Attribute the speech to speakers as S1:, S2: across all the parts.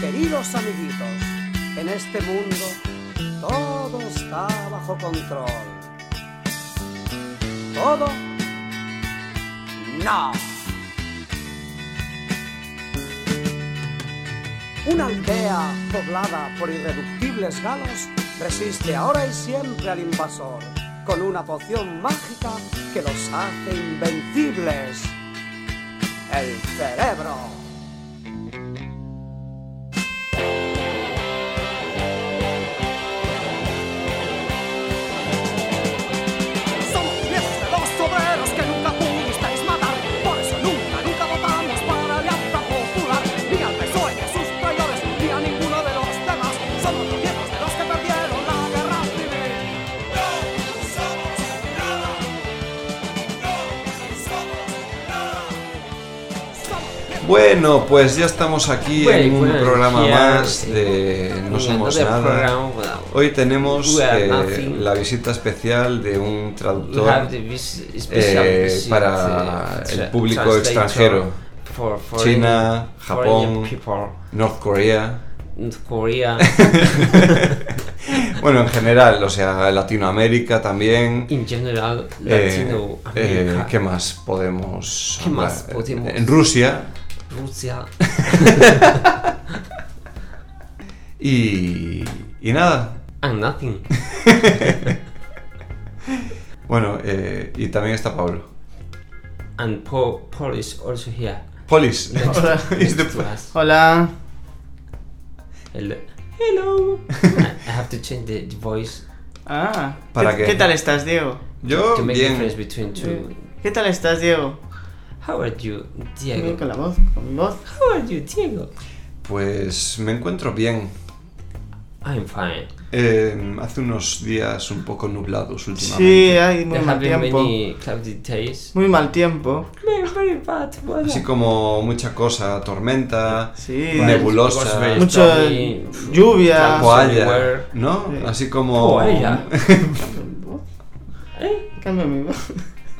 S1: Queridos amiguitos, en este mundo todo está bajo control. Todo no. Una aldea poblada por irreductibles galos resiste ahora y siempre al invasor con una poción mágica que los hace invencibles. El cerebro. Somos viejos de los obreros que nunca pudisteis matar Por eso nunca, nunca votamos para Alianza Popular Ni al PSOE, E, ni a sus traidores, ni a ninguno de los demás Somos los viejos de los que perdieron la guerra civil
S2: Bueno, pues ya estamos aquí
S3: Bueno,
S2: en un
S3: bueno,
S2: programa
S3: ya,
S2: más
S3: sí.
S2: de No
S3: Hablando
S2: Somos
S3: de
S2: Nada.
S3: programa, wow.
S2: Hoy tenemos
S3: We are
S2: eh,
S3: nothing.
S2: la visita especial de un
S3: You have
S2: traductor
S3: the vis- special
S2: eh,
S3: visit,
S2: para
S3: eh,
S2: el
S3: tra-
S2: público
S3: translator
S2: extranjero.
S3: for foreign-
S2: China,
S3: foreign
S2: Japón,
S3: people,
S2: North Korea.
S3: North Korea,
S2: Bueno, en general, o sea, Latinoamérica también.
S3: in general,
S2: Eh,
S3: Latino,
S2: eh,
S3: America,
S2: ¿Qué más podemos
S3: ¿Qué
S2: hablar?
S3: más podemos?
S2: En Rusia
S3: Rusia.
S2: y, y nada.
S3: And nothing.
S2: Bueno, eh, y también está Pablo.
S3: And Paul, Paul is also here.
S2: Polis.
S3: Hola.
S2: Is the-
S4: Hola.
S3: Hello. Hello. I, I have to change the, the voice
S4: Ah,
S2: ¿Para
S4: ¿qué,
S2: qué?
S4: qué tal estás, Diego?
S2: Yo
S3: to make difference
S2: Oh, bien.
S3: between two.
S4: ¿Qué tal estás, Diego?
S3: How are you,
S4: Bien con
S3: Diego?
S4: la voz, con mi voz.
S3: How are you, Diego?
S2: Pues me encuentro bien.
S3: I'm fine.
S2: Eh, hace unos días un poco nublados
S4: Sí,
S2: últimamente.
S4: hay muy
S3: There
S4: mal
S3: have been
S4: tiempo.
S3: many cloudy days.
S4: Muy mal tiempo.
S3: Very, very bad weather.
S2: Así como mucha cosa, tormenta,
S4: Sí.
S2: nebulosa,
S3: Cosas
S4: Mucho
S3: very-
S4: lluvia.
S3: Campo
S2: poalla,
S3: everywhere.
S2: ¿no?
S4: Sí.
S2: Así como...
S3: Poalla. Eh,
S4: Cambia mi voz.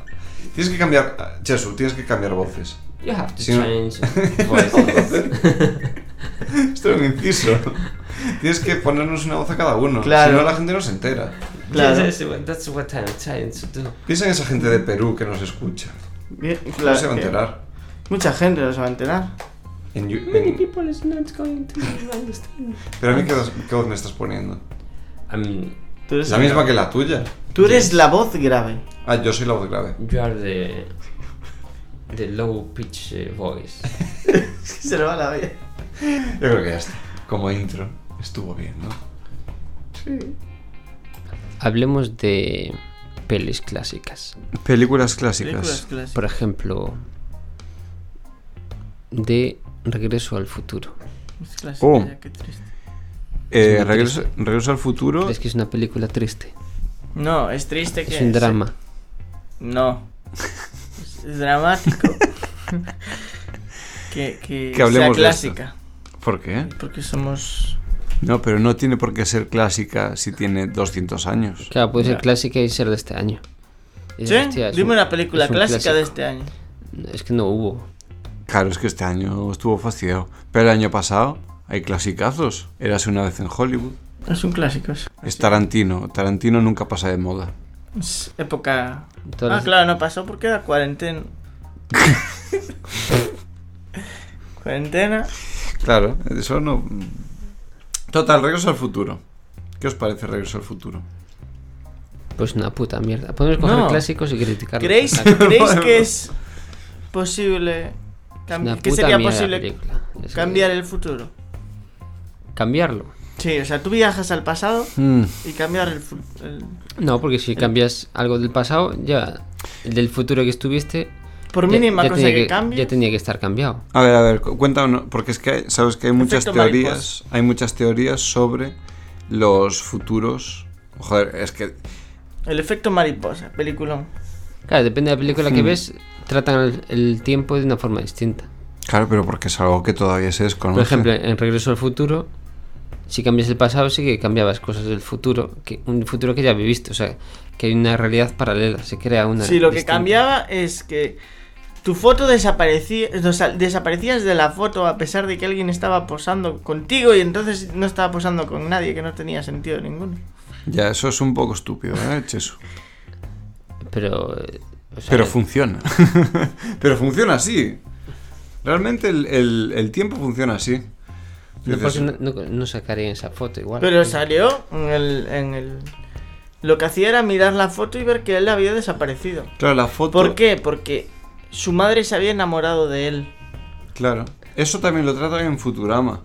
S2: tienes que cambiar... Chesu, tienes que cambiar voces.
S3: You have to
S2: Si no-
S3: change voices.
S2: Esto era un inciso. Tienes que ponernos una voz a cada uno.
S4: Claro.
S2: Si no, la gente no se entera.
S4: Claro.
S3: Yes, yes, well, that's what I'm trying to do.
S2: Piensa en esa gente de Perú que nos escucha.
S4: Bien,
S2: No
S4: claro,
S2: se va a
S4: que
S2: enterar.
S4: Mucha gente no se va a enterar.
S2: En Yu-
S3: Many
S2: en-
S3: people is not going to understand.
S2: Pero a mí, ¿qué voz, qué voz me estás poniendo?
S3: I'm,
S4: Tú
S3: Pues
S4: eres,
S2: La misma que la tuya.
S4: Tú eres la voz grave.
S2: Ah, yo soy la voz grave.
S3: you are the the low pitch uh, voice.
S4: Se lo va la olla.
S2: Yo creo que ya está. Como intro, estuvo bien, ¿no?
S3: Hablemos de pelis clásicas.
S2: Películas clásicas.
S3: Por ejemplo, de Regreso al futuro.
S2: Oh. ya,
S4: qué
S2: Eh,
S3: Sí,
S2: regreso, Regreso al futuro.
S3: ¿Crees que es una película triste?
S4: No, es triste que.
S3: Es un drama.
S4: No. Es dramático. que, que,
S2: Que hablemos
S4: sea
S2: de esto.
S4: clásica.
S2: ¿Por qué?
S4: Porque somos.
S2: No, pero no tiene por qué ser clásica si tiene 200 años.
S3: Claro, puede ser
S4: Ya.
S3: clásica y ser de este año. Y
S4: ¿Sí?
S3: hostia, es
S4: Dime
S3: un-
S4: una película
S3: es un
S4: clásica de
S3: clásico.
S4: este año.
S3: Es que no hubo.
S2: Claro, es que este año estuvo fastidiado. Pero el año pasado hay clasicazos. Érase una vez en Hollywood.
S4: Es un clásico. Es,
S2: Es Tarantino. Tarantino nunca pasa de moda.
S4: es época.
S3: Todas
S4: Ah,
S3: las-
S4: claro, no pasó porque era cuarentena. cuarentena.
S2: Claro, eso no. Total, regreso al futuro. ¿Qué os parece regreso al futuro?
S3: Pues una puta mierda. Podemos coger
S4: No.
S3: clásicos y criticarlos.
S4: ¿Creéis,
S3: Es
S4: ¿creéis que es posible. cam-
S3: una
S4: que
S3: puta
S4: sería
S3: mierda
S4: posible
S3: la película. Es que-
S4: cambiar el futuro?
S3: Cambiarlo.
S4: Sí, o sea, tú viajas al pasado
S2: Hmm.
S4: y cambiar el, fu- el-
S3: No, porque si cambias algo del pasado, ya. El del futuro que estuviste.
S4: Por
S3: ya-
S4: mínima
S3: ya
S4: cosa
S3: tenía
S4: que, cambie.
S3: Ya tenía que estar cambiado.
S2: A ver, a ver, cu- cuéntanos, porque es que hay- sabes que hay muchas
S4: Efecto mariposa.
S2: teorías, hay muchas teorías sobre los futuros. Joder, es que
S4: El efecto mariposa, peliculón.
S3: Claro, depende de la película que
S2: Hmm.
S3: ves, tratan el, el tiempo de una forma distinta.
S2: claro, pero porque es algo que todavía se desconoce.
S3: Por ejemplo, en Regreso al futuro, si cambias el pasado, sí que cambiabas cosas del futuro, que un futuro que ya viviste, o sea, que hay una realidad paralela, se crea una.
S4: Sí, lo que
S3: distinta.
S4: cambiaba es que Tu foto desaparecía, o sea, desaparecías de la foto a pesar de que alguien estaba posando contigo y entonces no estaba posando con nadie, que no tenía sentido ninguno.
S2: Ya, eso es un poco estúpido, ¿eh, Chesu?
S3: Pero. eh, o sea,
S2: Pero funciona. Pero funciona así. Realmente el, el- el tiempo funciona así.
S3: no,
S2: Dices,
S3: porque no, no- no sacarían esa foto igual.
S4: Pero salió en el, en el... Lo que hacía era mirar la foto y ver que él había desaparecido.
S2: Claro, la foto.
S4: ¿Por qué? Porque su madre se había enamorado de él.
S2: Claro. Eso también lo tratan en Futurama,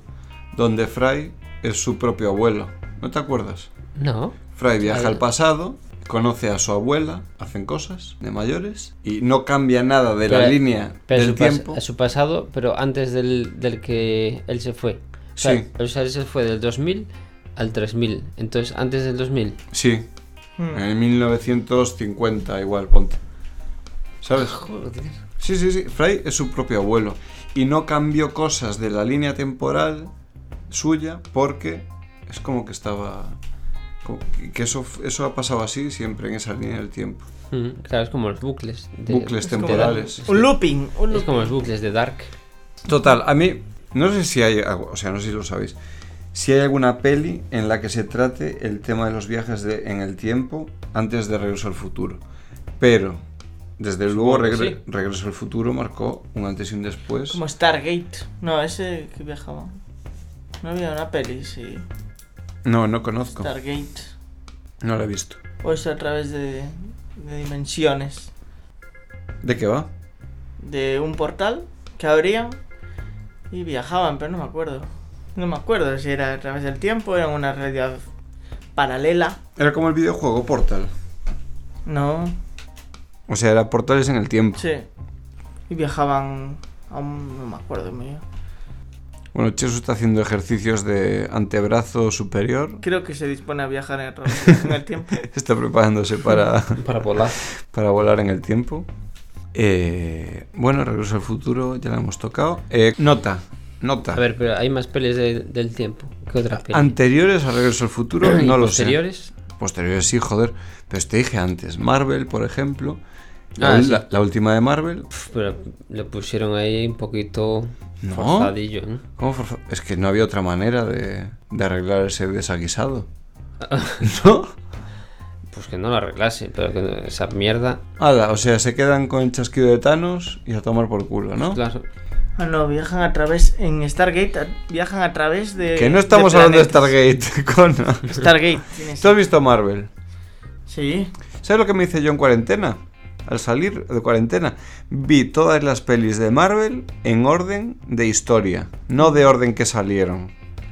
S2: donde Fry es su propio abuelo. ¿No te acuerdas?
S3: No.
S2: Fry viaja
S3: Claro.
S2: al pasado, conoce a su abuela, hacen cosas de mayores y no cambia nada de la
S3: Pero-
S2: línea
S3: pero a
S2: del
S3: su pas-
S2: tiempo.
S3: a su pasado, pero antes del, del que él se fue. O sea,
S2: Sí.
S3: o sea, él se fue del 2000 al 3000. Entonces, antes del 2000.
S2: Sí,
S4: Hmm.
S3: Ah,
S2: en 1950 igual, ponte. ¿Sabes? Sí, sí, sí. Fry es su propio abuelo. Y no cambió cosas de la línea temporal suya porque es como que estaba... como que- que eso, eso ha pasado así siempre en esa línea del tiempo.
S3: Mm, claro, es como los bucles. de-
S2: Bucles
S3: de Dark.
S2: temporales.
S4: Un looping, un
S3: Es
S4: looping.
S3: como los bucles de Dark.
S2: Total, a mí... No sé si hay... algo- O sea, no sé si lo sabéis. Si hay alguna peli en la que se trate el tema de los viajes de- en el tiempo antes de Regreso al Futuro. Pero, desde luego,
S3: Supongo que
S2: Regre-
S3: sí.
S2: Regreso al Futuro marcó un antes y un después.
S4: Como Stargate. No, ese que viajaba. No había una peli, sí.
S2: No, no conozco.
S4: Stargate.
S2: No lo he visto.
S4: O eso a través de, de dimensiones.
S2: ¿De qué va?
S4: De un portal que abrían y viajaban, pero no me acuerdo. No me acuerdo si era a través del tiempo, era una realidad paralela.
S2: Era como el videojuego Portal.
S4: No,
S2: O sea, era portales en el tiempo.
S4: sí. Y viajaban a un... no me acuerdo mío.
S2: Bueno, Chesu está haciendo ejercicios de antebrazo superior.
S4: Creo que se dispone a viajar en el, en el tiempo.
S2: Está preparándose para,
S3: Para volar.
S2: para volar en el tiempo. Eh, bueno, Regreso al Futuro, ya la hemos tocado. Eh, nota, nota.
S3: A ver, pero hay más pelis de- del tiempo. ¿Qué otra peli?
S2: Anteriores a Regreso al Futuro,
S3: ¿Y
S2: no lo sé.
S3: posteriores?
S2: Posteriores sí, joder. Pero te dije antes, Marvel, por ejemplo. La,
S3: Ah,
S2: ul-
S3: sí.
S2: la- la última de Marvel.
S3: Pf, Pero le pusieron ahí un poquito
S2: No.
S3: forzadillo, ¿eh?
S2: ¿Cómo forza- Es que no había otra manera de, de arreglar ese desaguisado. ¿No?
S3: Pues que no lo arreglase, pero que esa mierda.
S2: Ala, o sea, se quedan con el chasquido de Thanos y a tomar por culo, ¿no?
S3: Claro.
S4: Ah, no, viajan a través... En Stargate a- viajan a través de...
S3: Eh,
S2: Que no estamos hablando de
S4: planetas.
S2: Stargate, Conan.
S4: Stargate. tienes-
S2: ¿Tú has visto Marvel?
S4: Sí.
S2: ¿Sabes lo que me hice yo en cuarentena? Al salir de cuarentena, vi todas las pelis de Marvel en orden de historia, no de orden que salieron.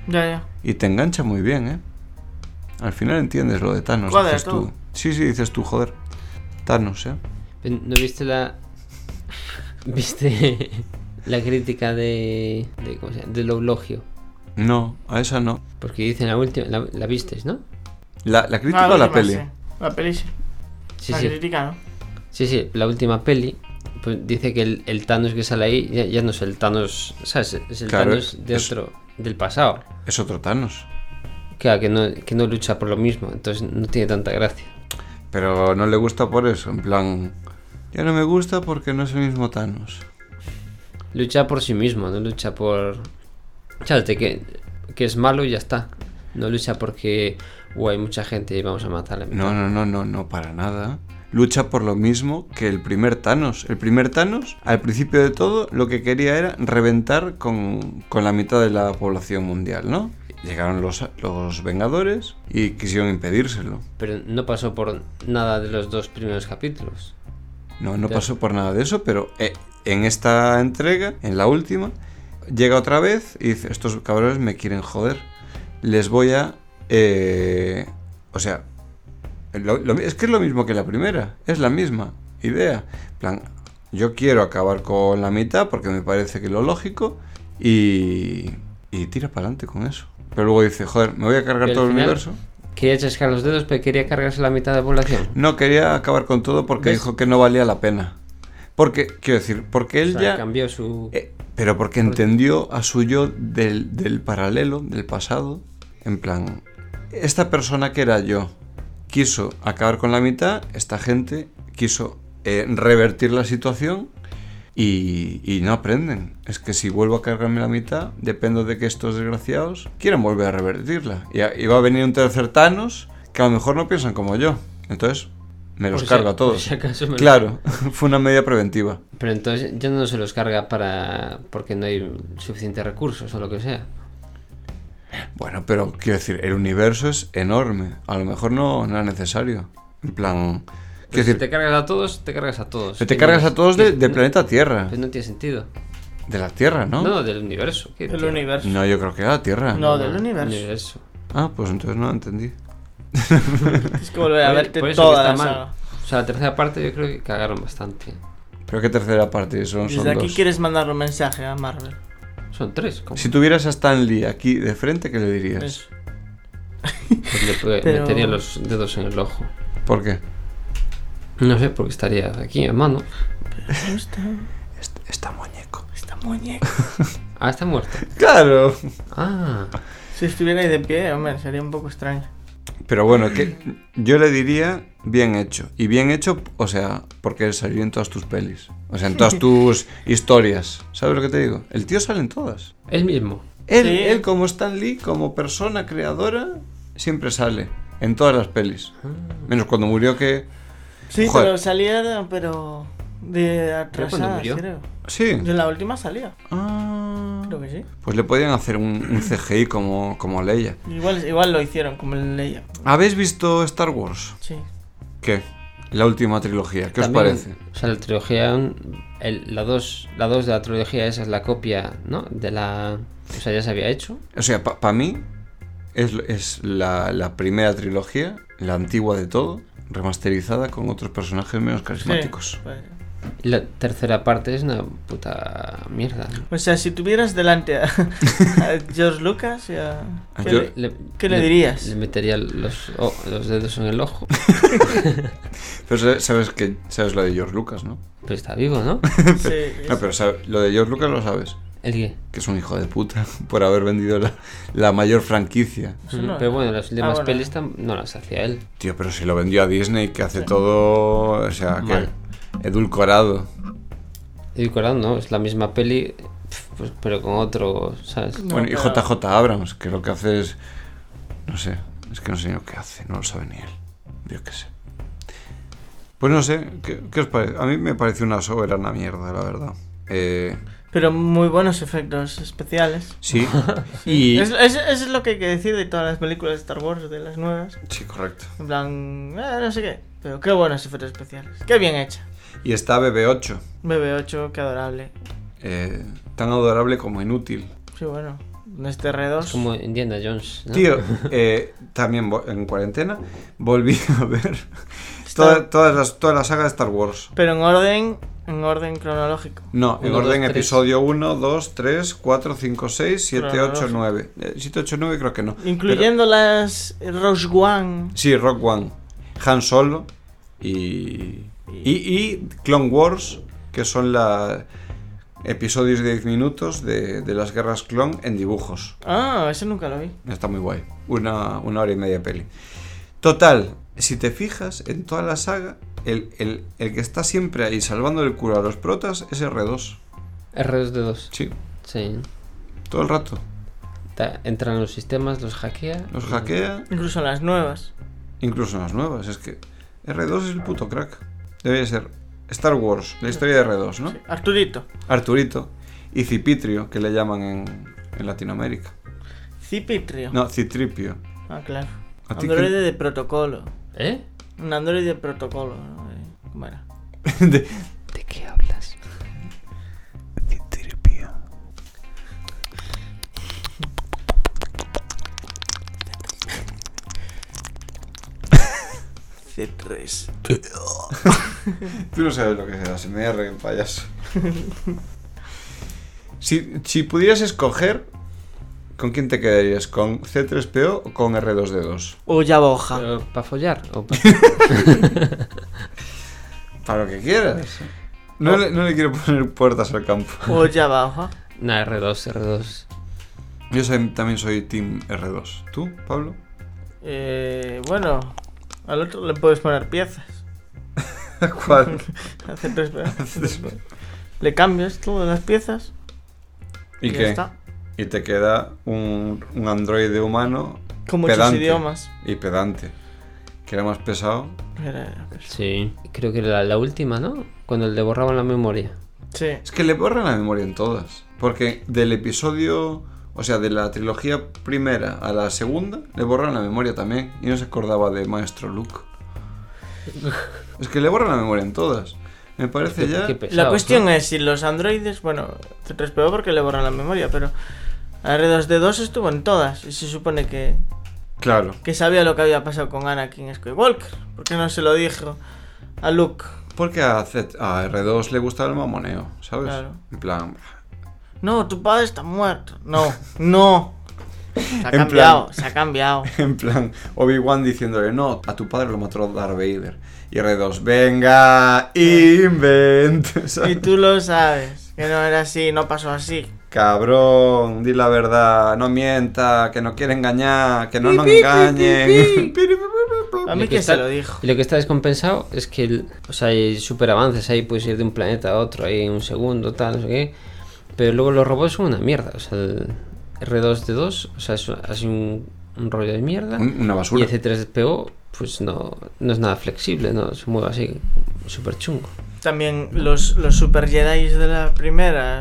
S4: Ya, ya.
S2: Y te engancha muy bien, ¿eh? Al final entiendes lo de Thanos,
S4: Joder,
S2: dices
S4: todo.
S2: tú. Sí, sí, dices tú, joder. Thanos, ¿eh?
S3: ¿No viste la. ¿Viste la crítica de. de ¿Cómo se llama? Del eulogio.
S2: No, a esa no.
S3: Porque dicen la última. La, la visteis, ¿no?
S2: ¿La, la crítica
S4: Ah,
S2: o la
S4: última,
S2: peli?
S4: sí. La peli, sí.
S3: Sí,
S4: la
S3: sí.
S4: crítica, ¿no?
S3: Sí, sí. La última peli. Pues dice que el, el Thanos que sale ahí ya, ya no es el Thanos. ¿Sabes? Es el
S2: Claro,
S3: Thanos de
S2: es-
S3: otro. del pasado.
S2: Es otro Thanos.
S3: Claro, que no, que no lucha por lo mismo. Entonces no tiene tanta gracia.
S2: Pero no le gusta por eso, en plan... Ya no me gusta porque no es el mismo Thanos.
S3: Lucha por sí mismo, no lucha por. Chate, que, que es malo y ya está. No lucha porque. "Uh, hay mucha gente y vamos a matarle.
S2: No, no, no, no, no, para nada. Lucha por lo mismo que el primer Thanos. El primer Thanos, al principio de todo, lo que quería era reventar con, con la mitad de la población mundial, ¿no? Llegaron los, los Vengadores y quisieron impedírselo.
S3: Pero no pasó por nada de los dos primeros capítulos.
S2: No, no
S3: Ya.
S2: pasó por nada de eso, pero eh, en esta entrega, en la última, llega otra vez y dice, estos cabrones me quieren joder. Les voy a... eh, o sea, lo- lo- es que es lo mismo que la primera, es la misma idea. En plan, yo quiero acabar con la mitad porque me parece que es lo lógico y... Y tira para adelante con eso. Pero luego dice, joder, me voy a cargar
S3: Pero
S2: todo
S3: al
S2: el
S3: final-
S2: universo.
S3: Quería chascar los dedos, pero quería cargarse la mitad de la población.
S2: No, quería acabar con todo porque
S3: ¿Ves?
S2: dijo que no valía la pena. Porque, quiero decir, porque él
S3: O sea,
S2: ya...
S3: cambió su.
S2: eh, pero porque entendió a su yo del, del paralelo, del pasado. En plan, esta persona que era yo quiso acabar con la mitad, esta gente quiso eh, revertir la situación Y, y no aprenden. Es que si vuelvo a cargarme la mitad, dependo de que estos desgraciados quieran volver a revertirla. Y, a- y va a venir un tercer Thanos que a lo mejor no piensan como yo. Entonces, me los
S3: Por si-
S2: cargo a
S3: por
S2: todos.
S3: si acaso me los-
S2: Claro, fue una medida preventiva.
S3: Pero entonces ya no se los carga para porque no hay suficientes recursos o lo que sea.
S2: Bueno, pero quiero decir, el universo es enorme. A lo mejor no, no era necesario. En plan.
S3: Pero
S2: Quiero
S3: Pues si
S2: decir,
S3: te cargas a todos, te cargas a todos.
S2: te, cargas a todos de- del
S3: no-
S2: planeta Tierra.
S3: Pues no tiene sentido.
S2: De la Tierra, ¿no?
S3: No, del universo. ¿qué
S4: Del
S3: tiene?
S4: universo.
S2: No, yo creo que era la Tierra.
S4: No, del universo.
S3: universo.
S2: Ah, pues entonces no lo entendí.
S4: Tienes que volver a
S3: Por-
S4: verte
S3: por eso que
S4: toda la
S3: está mal.
S4: saga.
S3: O sea, la tercera parte yo creo que cagaron bastante.
S2: Pero qué tercera parte son, son
S4: Desde aquí
S2: dos.
S4: quieres mandar un mensaje a Marvel.
S3: Son tres. como
S2: Si tuvieras a Stan Lee aquí de frente, ¿qué le dirías?
S4: Eso.
S3: pues le pe-
S4: Pero-
S3: metería los dedos en el ojo.
S2: ¿Por qué?
S3: No sé, porque estaría aquí, hermano.
S4: Está,
S2: Está, está muñeco.
S4: está muñeco.
S3: Ah, está muerto.
S2: Claro.
S3: Ah,
S4: Si estuviera ahí de pie, hombre, sería un poco extraño.
S2: Pero bueno, que yo le diría bien hecho. Y bien hecho, o sea, porque salió en todas tus pelis. O sea, en todas tus historias. ¿Sabes lo que te digo? El tío sale en todas.
S3: el mismo.
S2: Él,
S4: Sí.
S2: él como Stan Lee, como persona creadora, siempre sale. En todas las pelis.
S4: Ah.
S2: Menos cuando murió que...
S4: Sí,
S2: Joder.
S4: pero salía, pero de
S3: Creo cuando
S4: atrasadas,
S3: murió.
S4: creo.
S2: Sí.
S4: De la última salía,
S2: Ah.
S4: creo que sí.
S2: Pues le podían hacer un, un CGI como, como Leia.
S4: Igual, igual lo hicieron, como el Leia.
S2: ¿Habéis visto Star Wars?
S4: Sí.
S2: ¿Qué? La última trilogía, ¿qué os
S3: También,
S2: parece?
S3: O sea, la trilogía. el- la 2 la dos de la trilogía, esa es la copia, ¿no? De la. O sea, ya se había hecho.
S2: O sea, para mí es, es la, la primera trilogía, la antigua de todo, remasterizada con otros personajes menos carismáticos.
S4: Sí, pues.
S3: Y la tercera parte es una puta mierda. ¿no?
S4: O sea, si tuvieras delante a, a George Lucas y a...
S2: A
S4: ¿qué
S2: George-
S4: le- ¿Qué le dirías?
S3: Le metería los, o- los dedos en el ojo.
S2: Pero sa- sabes que sabes lo de George Lucas, ¿no?
S3: Pero está vivo, ¿no?
S4: sí,
S2: No,
S4: es-
S2: pero sabe- lo de George Lucas lo sabes.
S3: ¿El qué?
S2: Que es un hijo de puta por haber vendido la, la mayor franquicia.
S4: eso no-
S3: Mm,
S4: Ah,
S3: Pero bueno, las demás
S4: bueno.
S3: pelis tam- no las hacía él.
S2: Tío, pero si lo vendió a Disney, que hace todo. O sea, que.
S3: Mal.
S2: Edulcorado.
S3: Y recordad, ¿no? Es la misma peli, pf, pues, pero con otro, ¿sabes?
S4: No,
S2: bueno, y
S4: pero-
S2: JJ Abrams, que lo que hace es. No sé, es que no sé ni lo que hace, no lo sabe ni él. Yo qué sé. Pues no sé, ¿qué, qué os parece? A mí me parece una soberana mierda, la verdad. Eh,
S4: pero muy buenos efectos especiales.
S2: sí. y.
S4: Es, es- es lo que hay que decir de todas las películas de Star Wars, de las nuevas.
S2: Sí, correcto.
S4: En plan, eh, no sé qué. Pero qué buenos efectos especiales. Qué bien hecha.
S2: Y está BB8.
S4: BB8, qué adorable.
S2: eh, tan adorable como inútil.
S4: Sí, bueno. En este
S3: Es
S4: R2.
S3: como Indiana Jones. ¿no?
S2: Tío, eh, también vo- en cuarentena volví a ver
S4: Está-
S2: toda, todas las, toda la saga de Star Wars.
S4: Pero en orden, en orden cronológico.
S2: No, en
S3: Uno, dos,
S2: orden
S3: tres.
S2: episodio 1, 2, 3, 4, 5, 6, 7, 8,
S4: Cronológico.
S2: 9. 7, 8, 9 creo que no. Pero-
S4: Incluyendo las Rogue One.
S2: sí, Rock One, Han Solo y, y, y Clone Wars, que son la, episodios de 10 minutos de, de las guerras clon en dibujos.
S4: Ah, ese nunca lo vi.
S2: Está muy guay. Una, una hora y media de peli. Total, si te fijas en toda la saga, el, el- el que está siempre ahí salvando el culo a los protas es R2.
S3: R2D2.
S2: Sí,
S3: Sí.
S2: todo el rato.
S3: Ta- Entran los sistemas, los hackea.
S2: Los
S3: y-
S2: hackea,
S4: Incluso en las nuevas.
S2: incluso en las nuevas. Es que R2 es el puto crack. Debería ser Star Wars, la historia de R2, ¿no?
S4: Sí, Arturito.
S2: Arturito y Cipitrio, que le llaman en, en Latinoamérica.
S4: Cipitrio.
S2: No, Citripio.
S4: Ah, claro.
S2: ¿A ti
S4: Androide de protocolo.
S3: ¿Eh?
S4: Un androide de protocolo. ¿no? Eh, ¿Cómo era?
S2: qué- de-
S3: ¿De qué hablas?
S4: C3.
S2: Tú no sabes lo que es la SMR, payaso. si, si pudieras escoger, ¿con quién te quedarías? ¿Con C3PO o con R2D2?
S4: O Yaboja.
S3: ¿Para follar? ¿O pa-
S2: Para lo que quieras. No, le, no le quiero poner puertas al campo.
S4: O Yaboja.
S3: Nah, R2, R2.
S2: Yo soy- también soy Team R2. ¿Tú, Pablo?
S4: Eh, bueno, al otro le puedes poner piezas.
S2: ¿Cuál?
S4: Hace tres veces. le cambias todas las piezas
S2: ¿Y,
S4: y ya
S2: qué?
S4: está.
S2: Y te queda un, un androide humano
S4: Con muchos
S2: pedante
S4: idiomas.
S2: y pedante. Que era más pesado.
S4: Era- pues,
S3: Sí. Creo que era la última, ¿no? Cuando le borraban la memoria.
S4: Sí.
S2: Es que le borran la memoria en todas. Porque del episodio, o sea, de la trilogía primera a la segunda, le borran la memoria también. Y no se acordaba de Maestro Luke. es que le borran la memoria en todas. Me parece
S3: Qué-
S2: ya...
S3: qué pesado,
S4: La cuestión
S3: ¿no?
S4: es si los androides, bueno, es peor porque le borran la memoria, pero R2D2 estuvo en todas y se supone que,
S2: Claro.
S4: que sabía lo que había pasado con Anakin Skywalker. ¿Por qué no se lo dijo a Luke?
S2: Porque a, Z- a R2 le gusta el mamoneo, ¿sabes?
S4: Claro.
S2: En plan...
S4: No, tu padre está muerto. No, no. Se ha
S2: En
S4: cambiado,
S2: plan-
S4: se ha cambiado.
S2: En plan, Obi-Wan diciéndole, no, a tu padre lo mató Darth Vader. Y R2, venga, invent.
S4: Y tú lo sabes, que no era así, no pasó así.
S2: Cabrón, di la verdad, no mienta, que no quiere engañar, que no nos engañen.
S4: A mí
S3: Lo que
S4: que
S3: está-
S4: se lo dijo.
S3: Y lo que está descompensado es que, el- o sea, hay super avances ahí, puedes ir de un planeta a otro ahí en un segundo, tal, no sé qué. Pero luego los robots son una mierda, o sea, el R2D2, o sea, es así un, un rollo de mierda.
S2: Un- Una
S3: Y
S2: basura.
S3: el C3PO, pues no, no es nada flexible, no se mueve así, súper chungo.
S4: También los, los super Jedi de la primera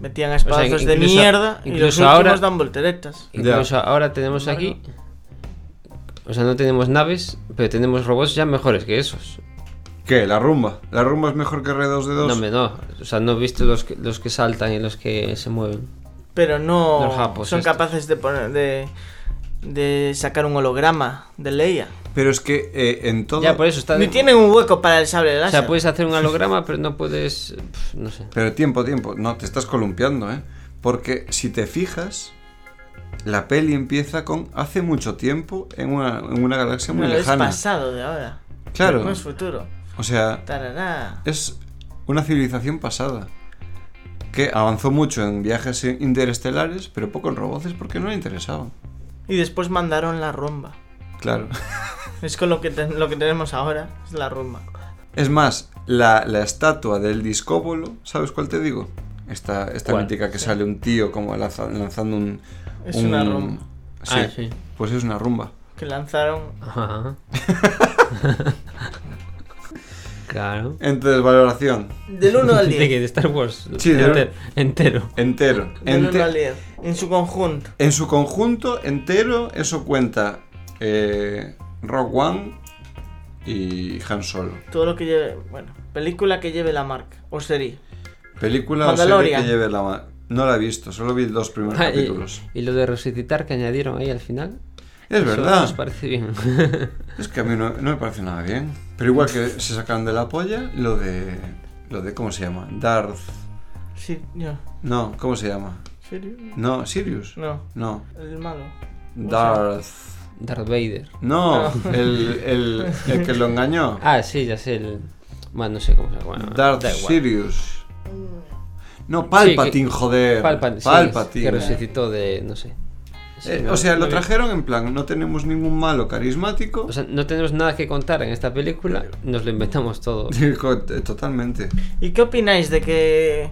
S4: metían espadazos de
S3: incluso-
S4: mierda y los
S3: incluso
S4: últimos
S3: ahora-
S4: dan volteretas.
S2: Ya.
S3: Incluso ahora tenemos aquí, o sea, no tenemos naves, pero tenemos robots ya mejores que esos.
S2: ¿Qué? La rumba. La rumba es mejor que R2D2.
S3: No, hombre, no, o sea, no he visto los que, los que saltan y los que se mueven.
S4: Pero no
S3: Los japos
S4: son
S3: estos.
S4: capaces de poner de, de sacar un holograma de Leia.
S2: Pero es que eh, en todo.
S3: Ya, por eso está
S4: Ni tienen un hueco para el sable láser.
S3: O sea, pues, puedes hacer un holograma, pero no puedes. pf, No sé.
S2: Pero tiempo, tiempo. No, te estás columpiando, ¿eh? Porque si te fijas, la peli empieza con hace mucho tiempo en una, en una galaxia muy
S4: Pero es
S2: lejana.
S4: pasado de ahora.
S2: Claro.
S4: No es futuro.
S2: O sea,
S4: Tarará.
S2: es una civilización pasada. Que avanzó mucho en viajes interestelares, pero poco en robots porque no le interesaban.
S4: Y después mandaron la rumba.
S2: Claro.
S4: Es con lo que, ten- lo que tenemos ahora, es la rumba.
S2: Es más, la, la estatua del discóbolo, ¿sabes cuál te digo? Esta, esta
S3: ¿Cuál?
S2: mítica que sale un tío como laza- lanzando un...
S4: Es
S2: un-
S4: una rumba
S2: Sí,
S3: Ah, sí.
S2: Pues es una rumba.
S4: que lanzaron.
S3: Ajá. claro.
S2: Entonces, valoración.
S4: Del 1 al
S3: ¿De qué?
S4: 10.
S3: ¿De Star Wars?
S2: Sí, de-
S3: Enter- entero.
S2: Entero.
S4: Del 1
S2: Ente-
S4: al 10. En su conjunto.
S2: en su conjunto, entero, eso cuenta eh, Rock One y Han Solo.
S4: Todo lo que lleve. Bueno, película que lleve la marca. O serie.
S2: Película o serie
S4: Mandalorian.
S2: que lleve la ma- No la he visto, solo vi los primeros
S3: Ah, y,
S2: capítulos.
S3: y lo de resucitar que añadieron ahí al final.
S2: Es
S3: eso Nos
S2: verdad.
S3: parece bien.
S2: Es que a mí no, no me parece nada bien. Pero igual que se sacan de la polla lo de. Lo de. ¿Cómo se llama? Darth.
S4: Sí, no.
S2: No, ¿cómo se llama?
S4: ¿Serio?
S2: No, Sirius.
S4: No.
S2: No.
S4: El malo.
S2: Darth.
S3: Darth Vader.
S2: No,
S4: No.
S2: El, el, el que lo engañó.
S3: Ah, sí, ya sé. El... Bueno, no sé cómo se llama.
S2: Darth
S3: da igual.
S2: Sirius. No, Palpatine,
S3: Sí, que-
S2: joder.
S3: Palpa-
S2: Palpatine.
S3: sí, Que resucitó de. No sé. Sí,
S2: Eh,
S3: no-
S2: o sea,
S3: no
S2: lo
S3: vi-
S2: trajeron en plan, no tenemos ningún malo carismático.
S3: O sea, no tenemos nada que contar en esta película. Nos lo inventamos todo.
S2: Digo, eh, Totalmente.
S4: ¿Y qué opináis de que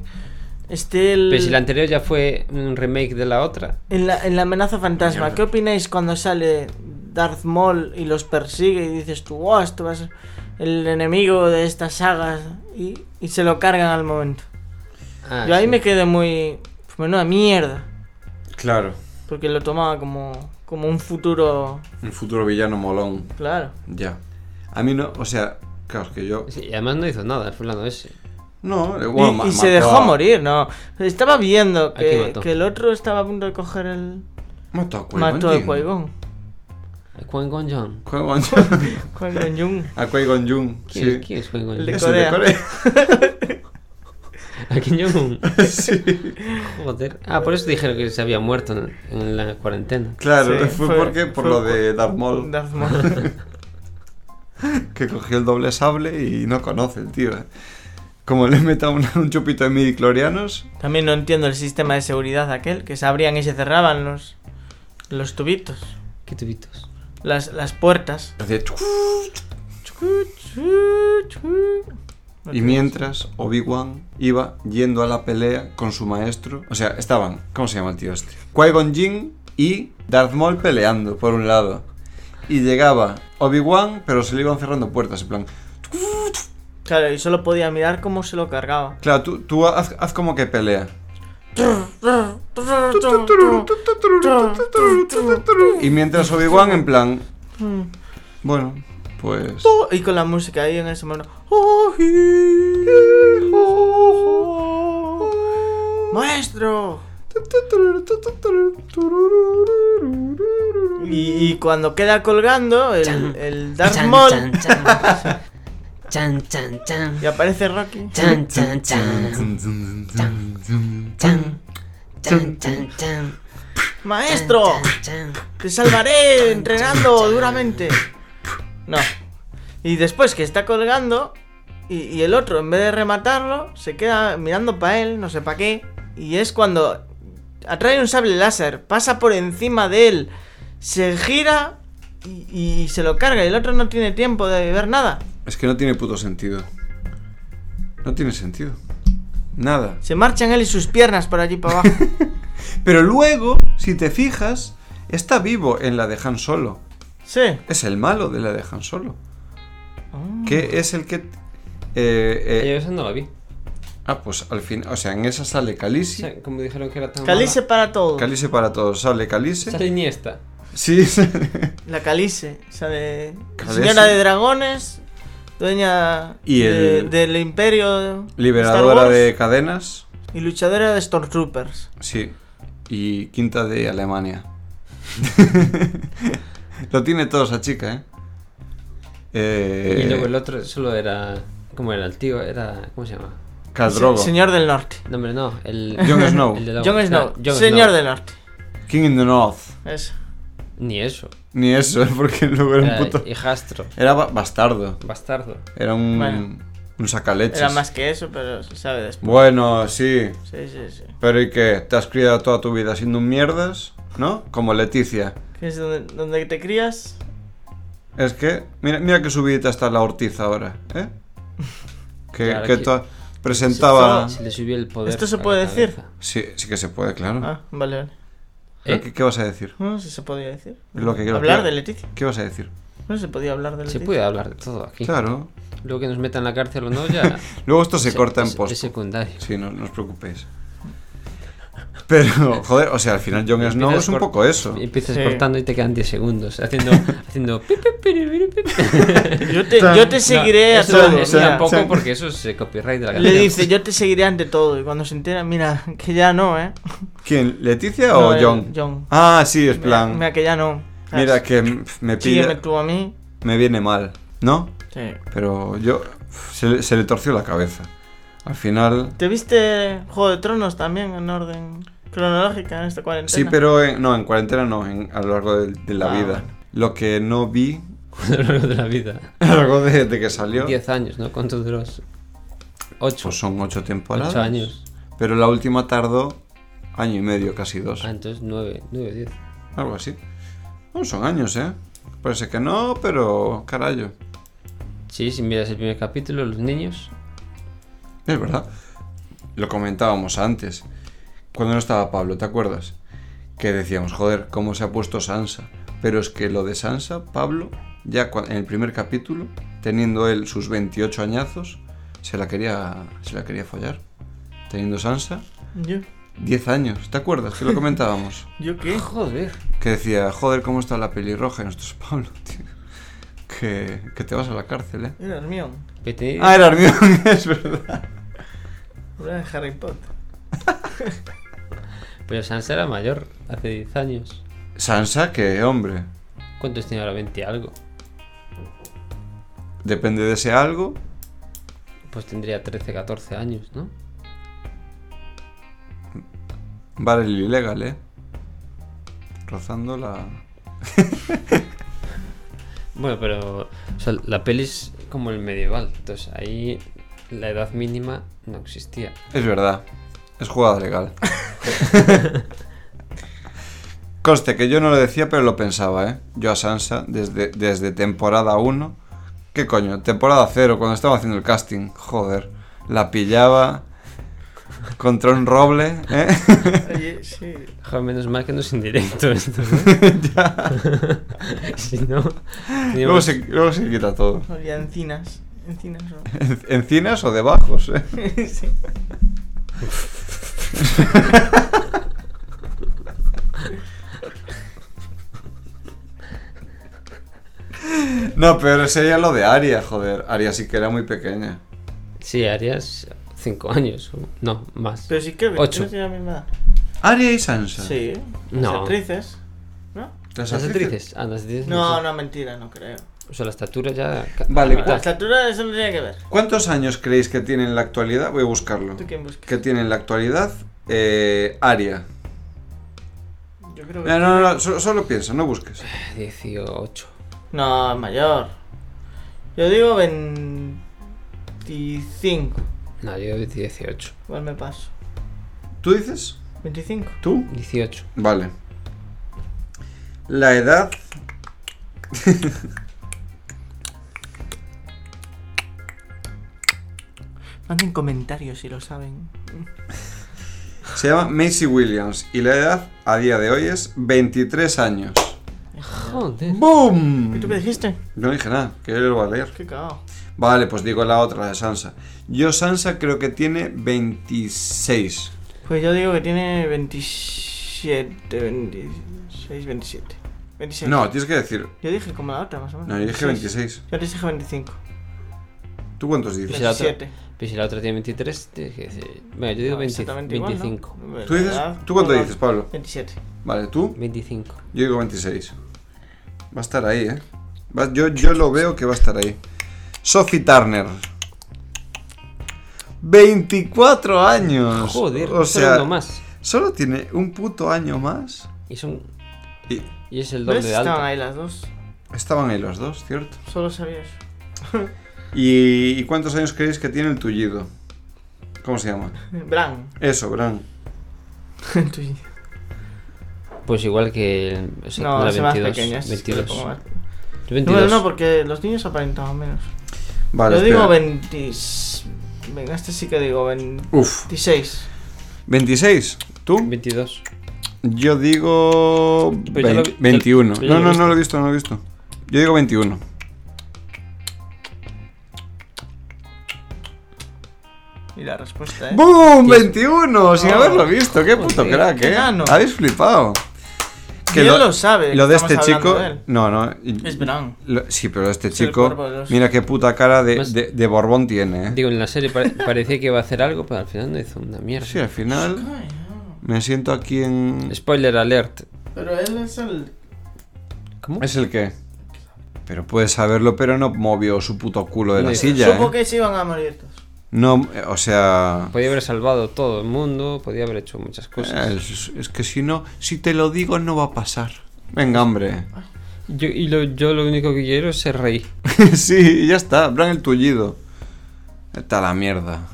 S4: esté el...
S3: Pero si la anterior ya fue un remake de la otra.
S4: en, la, en la amenaza fantasma?
S2: Mierda.
S4: ¿Qué opináis cuando sale Darth Maul y los persigue y dices tú, wow, esto va a ser el enemigo de estas sagas y, y se lo cargan al momento?
S3: Ah,
S4: Yo ahí
S3: sí.
S4: me quedé muy... pues, menuda mierda,
S2: Claro.
S4: porque lo tomaba como, como un futuro...
S2: Un futuro villano molón.
S4: Claro.
S2: Ya. A mí no, o sea, claro, es que yo.
S3: Sí, y además no hizo nada el fulano ese.
S2: No, eh,
S4: Y-
S2: bueno, ma-
S4: y se
S2: mató
S4: dejó
S2: a-
S4: morir, ¿no? Estaba viendo
S3: ¿A quién
S4: que,
S3: mató?
S4: que el otro estaba a punto de coger el...
S2: Mató a Qui-Gon
S4: Mató a
S2: Jinn.
S4: Qui-Gon.
S3: Juan Gon Jong.
S2: Qui-Gon Jinn.
S4: Qui-Gon Jinn.
S2: a Qui-Gon Jung.
S3: ¿Quién,
S2: Sí.
S3: es- quién es Juan Gon
S4: El
S3: Jong?
S4: de-
S2: Ese de
S4: Corea.
S2: Corea.
S3: ¿A Kim Jong-un?
S2: sí.
S3: Joder. Ah, por eso dijeron que se había muerto en, en la cuarentena.
S2: Claro,
S4: Sí,
S2: fue,
S4: fue-
S2: porque por
S4: fue
S2: lo
S4: por-
S2: de Darth Maul.
S4: Darth Maul.
S2: que cogió el doble sable y no conoce el tío. eh. Como le meta una- un chupito de midi clorianos,
S4: También no entiendo el sistema de seguridad aquel, que se abrían y se cerraban los, los tubitos,
S3: Qué tubitos.
S4: las, las puertas.
S2: hacía chuc.
S4: Chu, chu, chu. No
S2: y
S4: tiene
S2: mientras Obi-Wan iba yendo a la pelea con su maestro, o sea, estaban, ¿cómo se llama el tío este? Qui-Gon Jinn y Darth Maul peleando por un lado. Y llegaba Obi-Wan, pero se le iban cerrando puertas, en plan,
S4: Claro, y solo podía mirar cómo se lo cargaba.
S2: claro, tú, tú haz, haz como que pelea. Y mientras Obi-Wan en plan, bueno, pues
S4: Y con la música ahí en ese momento. ¡Oh, ¡Maestro! Y, y cuando queda colgando el, el Darth
S3: Chan,
S4: Maul
S3: chan, chan. Chan, chan, chan.
S4: y aparece Rocky.
S3: Chan, chan, chan. Chan, chan, chan, chan.
S4: ¡Maestro!
S3: Chan.
S4: ¡Te salvaré entrenando duramente! No. Y después que está colgando, y, y el otro, en vez de rematarlo, se queda mirando para él, no sé para qué. Y es cuando atrae un sable láser, pasa por encima de él, se gira y, y se lo carga. Y el otro no tiene tiempo de ver nada.
S2: es que no tiene puto sentido. No tiene sentido. Nada.
S4: Se marchan él y sus piernas por allí para abajo.
S2: Pero luego, si te fijas, está vivo en la de Han Solo.
S4: sí.
S2: Es el malo de la de Han Solo.
S4: Ah.
S2: Que es el que... eh, eh,
S3: Yo esa no la vi.
S2: ah, pues al fin... O sea, en esa sale Calisi.
S3: O sea, como dijeron que era tan
S4: Calice
S3: mala,
S4: para todo.
S2: Calise para todos. Sale
S3: Sale
S2: Calise.
S3: Iniesta.
S2: Sí,
S4: La Calice, o sea, de
S2: Calice.
S4: señora de dragones, dueña
S2: Y
S4: de-
S2: el-
S4: del imperio Star
S2: liberadora
S4: Wars
S2: de cadenas.
S4: y luchadora de Stormtroopers.
S2: Sí. Y quinta de Alemania. Lo tiene todo esa chica, ¿eh? Eh,
S3: Y luego el otro solo era. ¿Cómo era el tío? Era. ¿Cómo se llama?
S2: Khal
S4: Se-
S2: Drogo.
S4: Señor del Norte.
S3: No, hombre, no. El.
S2: Jon Snow.
S3: el de la-
S4: Jon Snow,
S3: claro, Jon
S4: señor
S3: Snow.
S4: del Norte.
S2: King in the North.
S4: Eso.
S3: Ni eso.
S2: Ni eso, porque luego era
S3: Era
S2: un puto...
S3: hijastro.
S2: Era ba- bastardo.
S3: Bastardo.
S2: Era un...
S4: Bueno.
S2: Un sacaleches.
S4: Era más que eso, pero se sabe después.
S2: Bueno, sí.
S4: Sí, sí, sí.
S2: Pero ¿y qué? ¿Te has criado toda tu vida siendo un mierdas? ¿No? Como Leticia.
S4: Que es donde, donde te crías.
S2: Es que... Mira, mira que subidita está la Ortiz ahora, ¿eh? Que,
S3: Claro,
S2: que
S3: que-
S2: to- presentaba...
S3: Se le subió el poder.
S4: ¿Esto se
S3: a la
S4: puede decir?
S3: cabeza.
S2: Sí, sí que se puede, claro.
S4: Ah, vale, vale.
S2: Pero
S3: ¿Eh?
S2: ¿Qué, qué vas a decir?
S4: No sé si se podía decir.
S2: Lo que- lo
S4: hablar
S2: que-
S4: de Leticia.
S2: ¿Qué vas a decir?
S4: No se podía hablar de
S3: Se
S4: Leticia.
S3: puede hablar de todo aquí.
S2: Claro.
S3: Luego que nos metan en la cárcel o no, ya.
S2: Luego esto se corta en
S3: es-
S2: post.
S3: Es secundario.
S2: Sí, no, no os preocupéis. Pero, joder, o sea, al final Jon Snow
S3: Empiezas
S2: es un
S3: cort-
S2: poco eso.
S3: Empiezas
S4: Sí.
S3: cortando y te quedan 10 segundos. Haciendo. haciendo pi, pi, pi, pi, pi, pi.
S4: Yo te, yo te
S3: No,
S4: seguiré a
S3: eso
S4: todo.
S3: no, eso
S4: mira.
S3: tampoco
S2: chan.
S3: porque eso es eh, copyright de la
S4: Le
S3: canción.
S4: dice, yo te seguiré ante todo. Y cuando se entera, mira, que ya no, ¿eh?
S2: ¿Quién? ¿Leticia
S4: No,
S2: o
S4: el-
S2: Jon?
S4: Jon.
S2: Ah, sí, es
S4: Mira,
S2: plan.
S4: mira, que ya no. ¿sabes?
S2: Mira que m- me
S4: Sígueme
S2: pide.
S4: tú a mí.
S2: Me viene mal, ¿no?
S4: Sí.
S2: Pero yo. Se, le- se le torció la cabeza. Al final.
S4: ¿Te viste Juego de Tronos también en orden cronológica en esta cuarentena?
S2: Sí, pero en- no, en cuarentena no, en- a lo largo de, de la
S4: Ah,
S2: vida.
S4: bueno.
S2: Lo que no vi
S3: a lo largo de la vida.
S2: a lo largo de, de que salió.
S3: 10 años, ¿no? ¿Cuántos de los 8?
S2: Pues son ocho temporadas.
S3: 8 años.
S2: Pero la última tardó año y medio, casi dos.
S3: Ah, entonces 9, 9, 10.
S2: Algo así. No, son años, ¿eh? Parece que no, pero carayo.
S3: Sí, si miras el primer capítulo, los niños.
S2: Es verdad. Lo comentábamos antes. Cuando no estaba Pablo, ¿te acuerdas? Que decíamos, joder, cómo se ha puesto Sansa. Pero es que lo de Sansa, Pablo, ya cua- en el primer capítulo, teniendo él sus 28 añazos, se la quería, se la quería follar. Teniendo Sansa,
S4: ¿Yo?
S2: 10 años, ¿te acuerdas? Que lo comentábamos.
S4: ¿Yo qué?
S3: Joder.
S2: que decía, joder, cómo está la pelirroja en estos Pablo, tío. Que, que te vas a la cárcel, ¿eh?
S4: Era el mío.
S3: Vete-
S2: Ah, era Hermione, es verdad.
S4: Era de Harry Potter.
S3: Pero Sansa era pues mayor, hace 10 años.
S2: Sansa, que hombre,
S3: ¿Cuántos tiene ahora? 20 algo.
S2: depende de ese algo.
S3: Pues tendría 13, 14 años, ¿no?
S2: Vale, el ilegal, ¿eh? Rozando la.
S3: Bueno, pero o sea, la peli es como el medieval. Entonces ahí la edad mínima no existía.
S2: Es verdad, es jugada legal. Coste, que yo no lo decía, pero lo pensaba, ¿eh? Yo a Sansa, desde, desde temporada 1, ¿Qué coño? Temporada cero, cuando estaba haciendo el casting. Joder. La pillaba contra un roble, ¿eh?
S4: Oye, sí.
S3: Joder, menos mal que no es en directo esto. ¿eh? si no.
S2: Luego
S3: teníamos-
S2: se, luego se quita todo.
S4: Había encinas. Encinas, ¿no?
S2: En- ¿Encinas o debajos, eh?
S4: sí.
S2: No, pero sería lo de Aria, joder. Aria sí que era muy pequeña.
S3: Sí, harías 5 años. o- No, más.
S4: Pero sí creo que
S3: Ocho.
S4: no tiene la misma edad.
S2: Aria y Sansa.
S4: Sí. Las
S3: No.
S4: actrices. ¿No?
S2: Las
S3: ¿Las
S2: actrices-
S3: actrices? Ah, las actrices.
S4: No,
S3: sé.
S4: no, mentira, no creo.
S3: O sea, la estatura ya. Ah,
S2: Vale, pues.
S4: La
S2: ¿cuál?
S4: estatura eso no tiene que ver.
S2: ¿Cuántos años creéis que tiene en la actualidad? Voy a buscarlo.
S4: ¿Tú quién buscas?
S2: ¿Qué tiene en la actualidad? Eh, Aria.
S4: Yo creo que.
S2: No, no, no, solo, solo piensa, no busques.
S3: 18.
S4: No, es mayor. Yo digo 25.
S3: No, yo 18.
S4: Igual me paso.
S2: ¿Tú dices?
S4: 25.
S2: ¿Tú?
S3: 18.
S2: Vale. La edad.
S4: Manden comentarios si lo saben.
S2: Se llama Macy Williams y la edad a día de hoy es 23 años.
S3: Joder.
S4: ¿Y tú
S2: ¡Boom!
S4: qué dijiste?
S2: No dije nada, que yo lo voy a leer.
S4: Qué cagado.
S2: Vale, pues digo la otra, la de Sansa. Yo Sansa creo que tiene 26.
S4: Pues yo digo que tiene 27, 26, 27. 26.
S2: No, tienes que decir.
S4: Yo dije como la otra, más o menos.
S2: No, yo dije 26.
S4: Yo les dije 25.
S2: ¿Tú cuántos dices?
S3: Pues la otra-
S4: 27.
S3: Pero si la otra tiene 23, tienes que decir. Bueno, yo digo
S4: No,
S3: 20
S4: Ah, exactamente igual, ¿no?
S3: 25.
S4: La
S2: ¿Tú, dices,
S4: edad,
S2: ¿Tú cuánto
S4: bueno,
S2: dices, Pablo?
S4: 27.
S2: Vale, tú.
S3: 25.
S2: Yo digo 26. Va a estar ahí, ¿eh? Va- yo, yo lo veo que va a estar ahí. Sophie Turner. 24 años.
S3: Joder,
S2: o
S3: solo
S2: sea,
S3: uno más.
S2: solo tiene un puto año más.
S3: Y son.
S2: Y
S3: Y es el doble
S4: ¿Ves?
S3: de alto.
S4: Estaban ahí las dos.
S2: estaban ahí los dos, ¿cierto?
S4: Solo sabía eso.
S2: ¿Y, y cuántos años creéis que tiene el tullido? ¿Cómo se llama?
S4: Bran.
S2: Eso, Bran.
S4: Tú y-
S3: Pues igual que. el- o sea,
S4: no,
S3: la
S4: las más
S3: 22,
S4: pequeñas.
S3: 22.
S4: supongo.
S3: Yo
S4: No,
S3: 22.
S4: Bueno, no, porque los niños aparentaban menos.
S2: Vale,
S4: yo digo
S2: espera.
S4: 20. Venga, este sí que digo 26.
S2: Uf. 26. ¿Tú?
S3: 22.
S2: Yo digo
S3: Pero Pues ya lo
S2: vein-
S3: vi- ya-
S2: 21.
S3: pero ya
S2: No,
S3: lo
S2: no,
S3: he
S2: no lo he visto, no lo he visto. Yo digo 21.
S4: Y la respuesta es.
S2: ¡Bum! 21, sin
S4: ¿Eh? Oh,
S2: haberlo visto. Qué puto
S3: joder,
S2: crack,
S4: qué
S2: eh.
S4: gano.
S2: Habéis flipado.
S4: Dios lo sabe que
S2: Lo de
S4: estamos
S2: este
S4: hablando
S2: chico.
S4: de él.
S2: No, no.
S4: Es Bran.
S2: lo- sí, pero este
S4: Es el
S2: chico.
S4: cuervo de los-
S2: Mira qué puta cara de,
S3: Más-
S2: de, de Borbón tiene, eh.
S3: Pues Digo, en la serie pare- parecía que iba a hacer algo, pero al final no hizo una mierda.
S2: sí, al final. Me siento aquí en.
S3: Spoiler alert.
S4: Pero él es el.
S3: ¿Cómo?
S2: ¿Es el qué? Pero puede saberlo, pero no movió su puto culo de la
S3: Sí.
S2: silla.
S4: Supo
S2: eh.
S4: que se iban a morir todos.
S2: No, eh, o sea.
S3: Podía haber salvado todo el mundo, podía haber hecho muchas cosas.
S2: eh, Es, es que si no, si te lo digo, no va a pasar. Venga, hombre.
S3: Yo, y lo, yo lo único que quiero es ser rey.
S2: sí, y ya está. Bran el tullido. Está la mierda.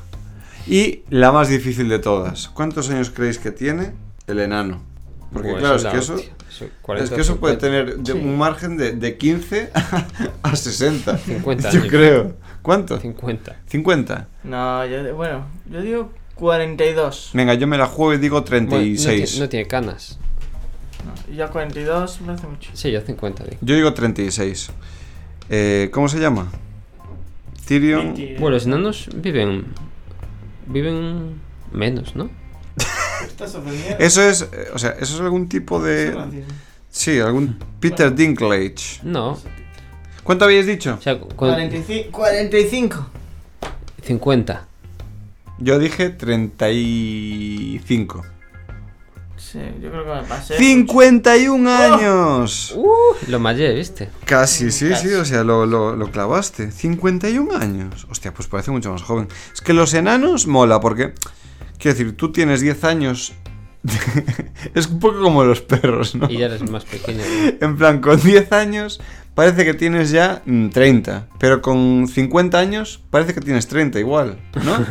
S2: Y la más difícil de todas. ¿Cuántos años creéis que tiene el enano? Porque
S3: Buah,
S2: claro, es
S3: eso
S2: que
S3: Pues
S2: eso.
S3: la hostia. Eso,
S2: Es
S3: 40,
S2: que eso puede
S3: 50.
S2: tener de- un margen de, de 15 a 60.
S3: 50
S2: Yo
S3: años.
S2: creo. ¿Cuánto?
S3: 50.
S2: 50.
S4: No, yo. de- Bueno, yo digo 42.
S2: Venga, yo me la juego y digo
S3: Bueno, no,
S2: 36.
S3: tiene- no tiene canas.
S4: No, ya 42 me hace mucho.
S3: Sí, yo 50 digo.
S2: Yo digo 36. Eh, ¿Cómo se llama? Tyrion.
S3: Bueno, los enanos viven. Viven menos, ¿no?
S4: Estás ofendiendo.
S2: Eso es, eh, o sea, eso es algún tipo de... Sí, algún Peter Dinklage.
S3: No.
S2: ¿Cuánto habéis dicho?
S3: O sea, con
S4: 45. 45.
S3: 50.
S2: Yo dije 35.
S4: Sí, Oh. yo creo que me pasé.
S2: ¡51 años!
S3: Uh, Lo mallé, ¿viste?
S2: Casi, sí,
S4: Casi.
S2: sí, o sea, lo, lo- lo clavaste. 51 años. Hostia, pues parece mucho más joven. Es que los enanos mola, porque. Quiero decir, tú tienes 10 años. es un poco como los perros, ¿no?
S3: Y ya eres más pequeño.
S2: En plan, con 10 años parece que tienes ya mm, 30. Pero con 50 años parece que tienes 30 igual, ¿no?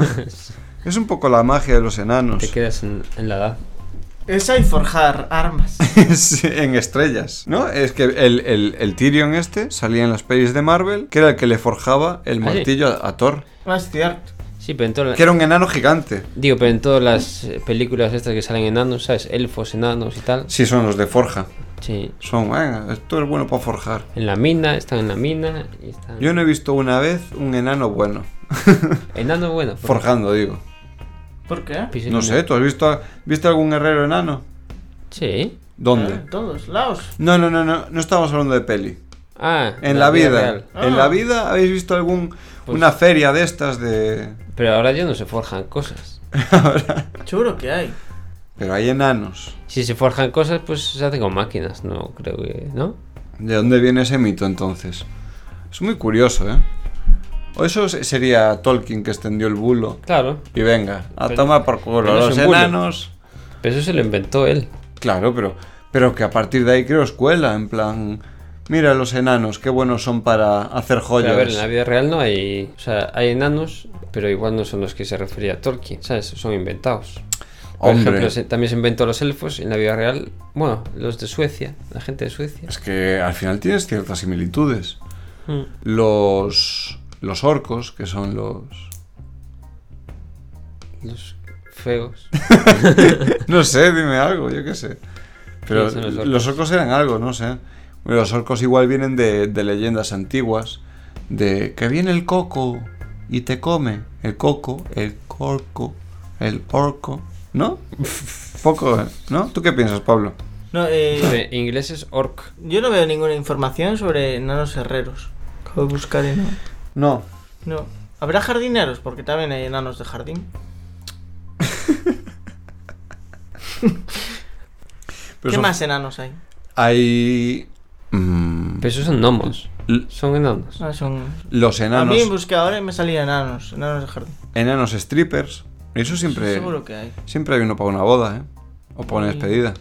S2: es un poco la magia de los enanos.
S3: Te quedas en, en la edad.
S4: Esa y forjar armas.
S2: Sí, en estrellas, ¿no? Es que el, el, el Tyrion este salía en las pelis de Marvel, que era el que le forjaba el
S3: Ah, sí.
S2: martillo a, a Thor,
S4: No es cierto.
S3: Sí, pero en todas
S2: que era un enano gigante.
S3: Digo, pero en todas las eh, películas estas que salen enanos, ¿sabes? Elfos, enanos y tal.
S2: Sí, son los de forja.
S3: Sí.
S2: Son, venga, esto es bueno para forjar.
S3: En la mina, están en la mina y están...
S2: Yo no he visto una vez un enano bueno.
S3: Enano bueno. por-
S2: Forjando, digo.
S4: ¿Por qué?
S3: piscina.
S2: No sé, ¿tú has visto, visto algún herrero enano?
S3: Sí.
S2: ¿Dónde?
S4: En todos lados.
S2: No, no, no, no, no estamos hablando de peli.
S3: Ah.
S2: En la vida.
S3: real.
S2: En
S4: Ah.
S2: la vida habéis visto algún
S3: Pues-
S2: una feria de estas de
S3: Pero ahora ya no se forjan cosas.
S4: Seguro que hay.
S2: pero hay enanos.
S3: Si se forjan cosas, pues se hacen con máquinas, no creo que... ¿No?
S2: ¿De dónde viene ese mito entonces? Es muy curioso, ¿eh? O eso se- sería Tolkien que extendió el bulo
S3: Claro.
S2: y venga, a
S3: Pero-
S2: tomar por culo
S3: pero no es
S2: los
S3: un bulo.
S2: enanos.
S3: Pero eso se lo inventó él.
S2: Claro, pero pero que a partir de ahí creo escuela en plan Mira los enanos, qué buenos son para hacer
S3: Pero
S2: joyas.
S3: a ver, en la vida real no hay... O sea, hay enanos, pero igual no son los que se refería Tolkien, ¿sabes? Son inventados. Por
S2: Hombre.
S3: ejemplo, se- también se inventó los elfos en la vida real. Bueno, los de Suecia, la gente de Suecia.
S2: Es que al final tienes ciertas similitudes.
S3: Mm.
S2: Los los orcos, que son los
S3: Los feos.
S2: No sé, dime algo, yo qué sé. Pero
S3: Sí, son los
S2: los,
S3: orcos.
S2: orcos eran algo, no sé. Bueno, los orcos igual vienen de, de leyendas antiguas, de que viene el coco y te come. El coco, el corco, el orco, ¿no? Poco, ¿eh? ¿no? ¿Tú qué piensas, Pablo?
S4: No, eh,
S3: En inglés es orc.
S4: yo no veo ninguna información sobre enanos herreros. Acabo de buscar en...
S2: No.
S4: No. ¿Habrá jardineros? Porque también hay enanos de jardín. ¿Qué más enanos hay?
S2: Hay... mm,
S3: Pero esos son gnomos.
S2: l-
S3: Son enanos.
S4: Ah, son...
S2: los
S4: A mí
S2: enanos,
S4: busqué ahora y me salía enanos, enanos de jardín.
S2: enanos strippers. Eso siempre...
S4: Seguro que hay.
S2: Siempre hay uno para una boda, ¿eh? O para una
S4: Ay.
S2: despedida.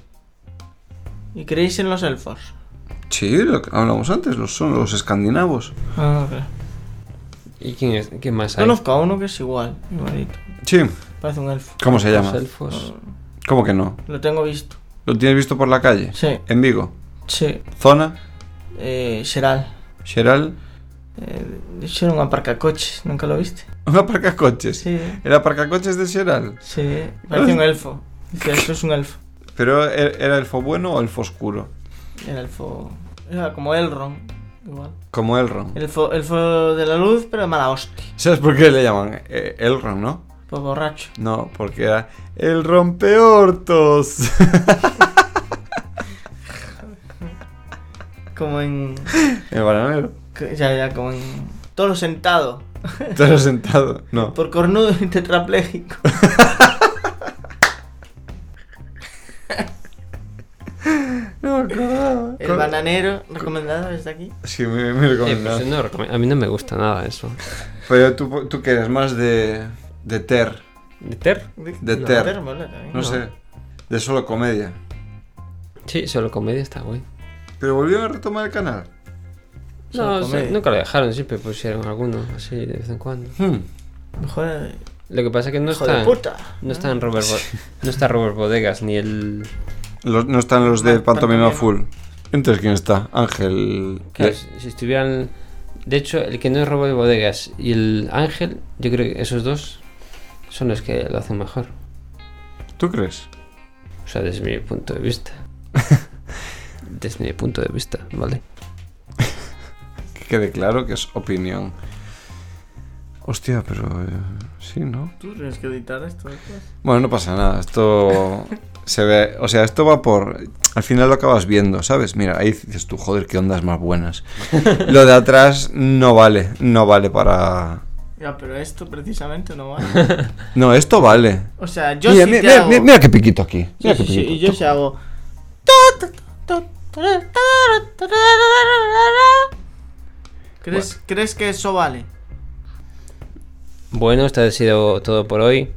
S4: ¿Y creéis en los elfos?
S2: Sí, lo que hablamos antes, los, son los escandinavos.
S4: Ah, ok.
S3: ¿Y quién es? ¿Qué más hay?
S4: Conozco a uno que es igual, igualito.
S2: Sí.
S4: Parece un elfo.
S2: ¿Cómo se
S3: Los
S2: llama?
S3: elfos.
S2: ¿Cómo que no?
S4: Lo tengo visto.
S2: ¿Lo tienes visto por la calle?
S4: Sí,
S2: En Vigo.
S4: sí.
S2: Zona,
S4: Eh, Sheral.
S2: Xeral.
S4: Eh, eso era un aparcacoches, ¿nunca lo viste?
S2: Un aparcacoches.
S4: Sí,
S2: ¿Era aparcacoches de Xeral?
S4: sí. Parece un elfo. Dice, esto es un elfo.
S2: ¿Pero e- era elfo bueno o elfo oscuro?
S4: El elfo... Era como Elrond, igual.
S2: Como Elrond.
S4: Elfo, elfo de la luz, pero mala hostia.
S2: ¿Sabes por qué le llaman eh, Elrond, no?
S4: Pues borracho.
S2: No, porque era el rompeortos.
S4: Como en...
S2: el bananero.
S4: Ya, ya, como en... Todo sentado.
S2: Estás sentado. No.
S4: Por cornudo y tetrapléjico.
S2: No, me acordaba.
S4: El
S2: Con-
S4: bananero recomendado desde aquí.
S2: Sí, me, me
S3: Eh,
S2: recomendaba.
S3: pues no, recome- a mí no me gusta nada eso.
S2: Pero tú, tú que eres más de, de ter,
S3: ¿De Ter?
S2: De
S4: No,
S2: Ter.
S4: Ter mola también.
S2: no, sé, de solo comedia.
S3: Sí, solo comedia está guay.
S2: Pero volvieron a retomar el canal.
S3: No,
S4: Solo
S3: o sea,
S4: comedia.
S3: nunca lo dejaron, siempre pusieron alguno así de vez en cuando.
S2: Hmm.
S4: Hijo de,
S3: Lo que pasa es que no
S4: hijo de
S3: está.
S4: puta.
S3: No están Robert Bo- no está Robert Bodegas ni el
S2: Los- no están los de
S4: Ah,
S2: Pantomima
S4: Pantomima.
S2: Full. Entonces, ¿quién está? Ángel.
S3: Claro,
S2: Le-
S3: si- si estuvieran. De hecho, el que no es robo de bodegas y el ángel, yo creo que esos dos son los que lo hacen mejor.
S2: ¿Tú crees?
S3: O sea, desde mi punto de vista. desde mi punto de vista, ¿vale?
S2: Que quede claro que es opinión. Hostia, pero. eh, sí, ¿no?
S4: Tú tienes que editar esto después.
S2: Bueno, no pasa nada. Esto. Se ve, o sea, esto va por. Al final lo acabas viendo, ¿sabes? Mira, ahí dices tú, joder, qué ondas más buenas. Lo de atrás no vale, no vale para.
S4: Ya, pero esto precisamente no vale.
S2: No, esto vale.
S4: O sea, yo
S2: mira,
S4: sí
S2: mira,
S4: te
S2: mira,
S4: hago...
S2: mira- mira qué piquito aquí.
S4: Sí,
S2: Mira
S4: sí,
S2: qué
S4: sí,
S2: piquito.
S4: y yo sí hago... ¿Crees, ¿Crees que eso vale?
S3: Bueno, esto ha sido todo por hoy.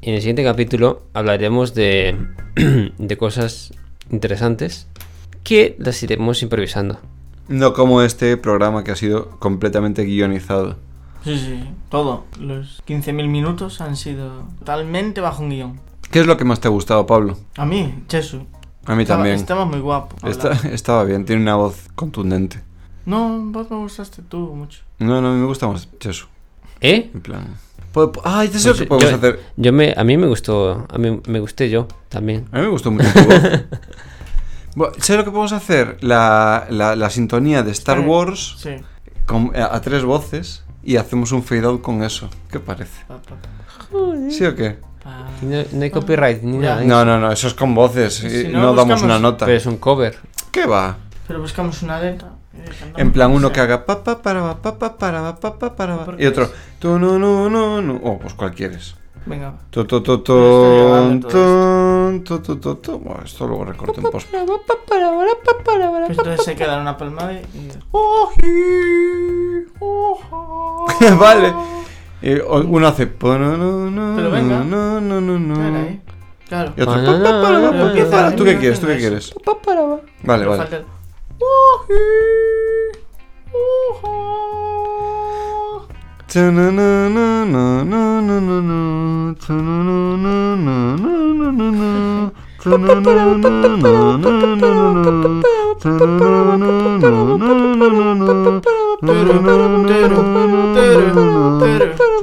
S3: En el siguiente capítulo hablaremos de, de cosas interesantes que las iremos improvisando.
S2: No como este programa que ha sido completamente guionizado.
S4: Sí, sí, todo. Los 15.000 minutos han sido totalmente bajo un guión.
S2: ¿Qué es lo que más te ha gustado, Pablo?
S4: A mí, Chesu.
S2: A mí
S4: Estaba-
S2: también.
S4: Estaba muy guapo.
S2: Está-
S4: hablando.
S2: estaba bien, tiene una voz contundente.
S4: No, vos me gustaste tú mucho.
S2: No, no, a mí me gusta más Chesu.
S3: ¿Eh?
S2: En plan. Po- po-
S4: este
S2: Ah, ya sé lo
S3: Pues
S2: que podemos
S3: yo-
S2: hacer.
S3: Yo me, a mí me gustó, a mí me gusté yo también.
S2: A mí me gustó mucho tu voz. Bueno, ¿Sabes lo que podemos hacer? La, la- la sintonía de Star
S4: Está bien.
S2: Wars
S4: Sí.
S2: con- a, a tres voces y hacemos un fade out con eso. ¿Qué parece?
S4: Pa, pa,
S2: ¿Sí o qué?
S4: pa.
S3: Y No, no hay copyright ni
S4: Ya.
S3: nada. ¿eh?
S2: No, no, no, eso es con voces.
S4: Si
S2: y
S4: no,
S2: no damos
S4: buscamos- Pues-
S2: una nota.
S3: Pero es un cover.
S2: ¿Qué va?
S4: Pero buscamos una letra. eh, cantamos,
S2: En plan,
S4: no
S2: uno
S4: sé.
S2: que haga pa pa para va, pa pa para va, pa pa para va,
S4: ¿Por
S2: Y
S4: qué
S2: otro,
S4: es?
S2: tú no, no, no, no. Oh, pues cual quieres.
S4: Venga, va.
S2: Tu, tu, tu,
S4: Yo estoy grabando
S2: ton,
S4: todo
S2: ton, tu, tu, tu, tu. Bueno, esto luego recorto en post.
S4: Pues entonces hay que dar una palmada y- y. oh,
S2: Vale. Y o- uno hace. pa, no, no, no,
S4: Pero venga.
S2: no, no, no, no.
S4: Claro, ahí. ¿eh? Claro.
S2: Y otro.
S3: Ah,
S2: pa, pa,
S3: no,
S2: para,
S3: no,
S2: va,
S3: no,
S2: pa,
S3: no,
S2: pa,
S3: no,
S2: para.
S3: no,
S2: ¿Tú
S4: no,
S2: qué
S4: no,
S2: quieres? ¿Tú
S4: no,
S2: qué
S4: eso.
S2: quieres?
S4: Pero
S2: Vale, vale.
S4: falta el-
S2: Cha, na, na, na, na, na, na, na, na. Cha, na, na, na, na, na, na, na, na. Cha, na, na, na, na, na, na, na, na. Cha, na, na, na, na, na, na, na, na.
S4: Turu, turu, turu,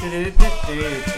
S4: Tiri, tiri, tiri.